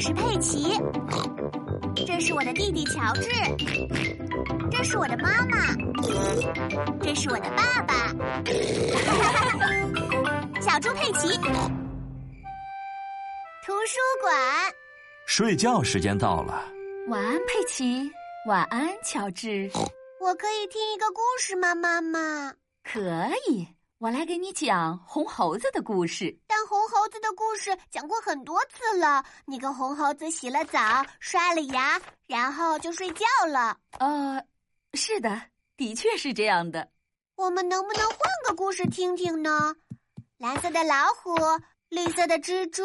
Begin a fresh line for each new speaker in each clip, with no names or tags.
是佩奇，这是我的弟弟乔治，这是我的妈妈，这是我的爸爸， 小猪佩奇。图书馆，
睡觉时间到了，
晚安，佩奇。晚安，乔治。
我可以听一个故事吗，妈妈？
可以，我来给你讲红猴子的故事。
但红猴子的故事讲过很多次了。你跟红猴子洗了澡，刷了牙，然后就睡觉了。
呃，是的，的确是这样的。
我们能不能换个故事听听呢？蓝色的老虎，绿色的蜘蛛，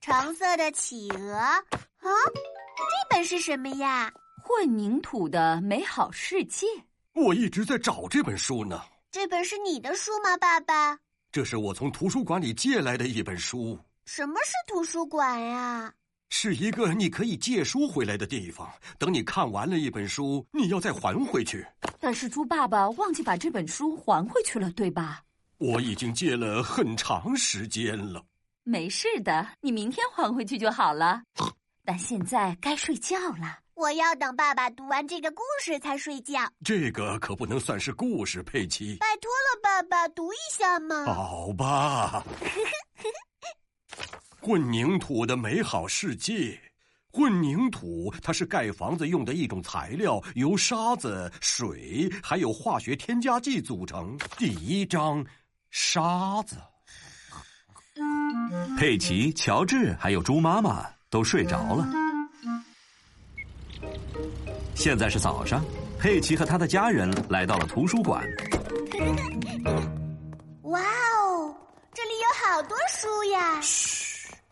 橙色的企鹅。啊，这本是什么呀？
混凝土的美好世界。
我一直在找这本书呢。
这本是你的书吗，爸爸？
这是我从图书馆里借来的一本书，
什么是图书馆呀？
是一个你可以借书回来的地方。等你看完了一本书，你要再还回去。
但是猪爸爸忘记把这本书还回去了，对吧？
我已经借了很长时间了。
没事的，你明天还回去就好了。但现在该睡觉了。
我要等爸爸读完这个故事才睡觉。
这个可不能算是故事，佩奇。
拜托了，爸爸，读一下嘛。
好吧。混凝土的美好世界。混凝土它是盖房子用的一种材料，由沙子、水还有化学添加剂组成。第一章，沙子。
佩奇、乔治还有猪妈妈都睡着了。现在是早上，佩奇和他的家人来到了图书馆。
哇哦，这里有好多书呀！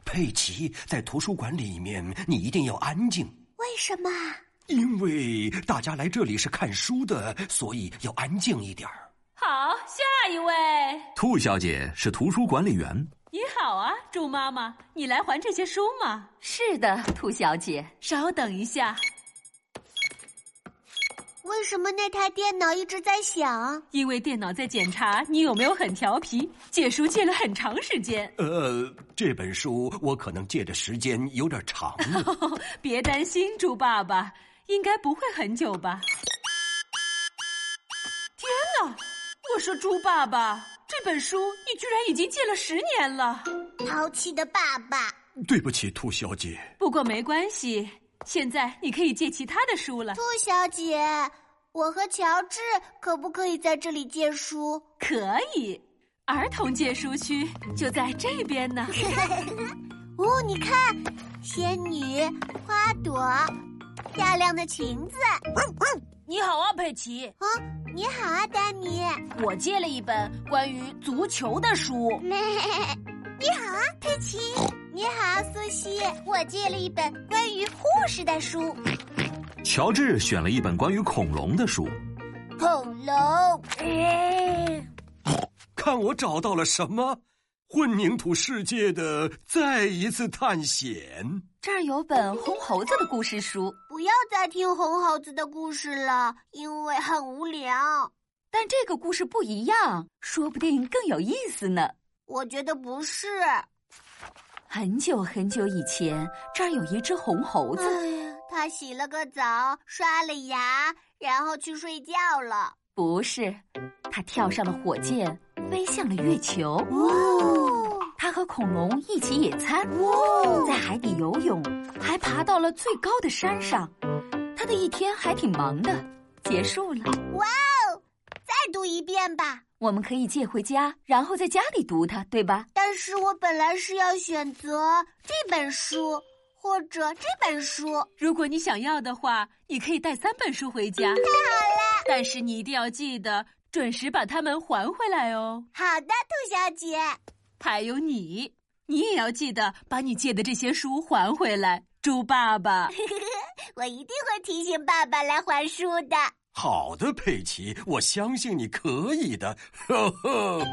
佩奇，在图书馆里面你一定要安静，
为什么？啊
因为大家来这里是看书的，所以要安静一点儿。
好，下一位。
兔小姐是图书管理员，
你好啊，猪妈妈，你来还这些书吗？
是的，兔小姐。
稍等一下，
为什么那台电脑一直在响？
因为电脑在检查你有没有很调皮，借书借了很长时间。
呃，这本书我可能借的时间有点长了。
别担心，猪爸爸，应该不会很久吧？天哪！我说猪爸爸，这本书你居然已经借了十年了。
淘气的爸爸，
对不起，兔小姐。
不过没关系，现在你可以借其他的书了
兔。小姐，我和乔治可不可以在这里借书？
可以，儿童借书区就在这边呢。
哦，你看，仙女、花朵、漂亮的裙子。
你好啊，佩奇，
哦，你好啊，丹尼。
我借了一本关于足球的书。
你好啊，佩奇。你好，啊苏西。我借了一本关于护士的书。
乔治选了一本关于恐龙的书。
恐龙。
看我找到了什么？混凝土世界的再一次探险。
这儿有本红猴子的故事书，
不要再听红猴子的故事了，因为很无聊。
但这个故事不一样，说不定更有意思呢。
我觉得不是。
很久很久以前，这儿有一只红猴
哎
嗯
子，
呀， 他洗了个澡，刷了牙，然后去睡觉了。
不是，它跳上了火箭，飞向了月球。
哦，
它和恐龙一起野餐，在海底游泳，还爬到了最高的山上。它的一天还挺忙的，结束了。
再读一遍吧。
我们可以借回家，然后在家里读它，对吧？
但是我本来是要选择这本书或者这本书。
如果你想要的话，你可以带三本书回
嗯
家。太好了！但是你一定要记得准时把它们还回来哦。
好的，兔小姐，
还有你，你也要记得把你借的这些书还回来。猪爸爸，
我一定会提醒爸爸来还书的。
好的，佩奇，我相信 你可以的。呵呵。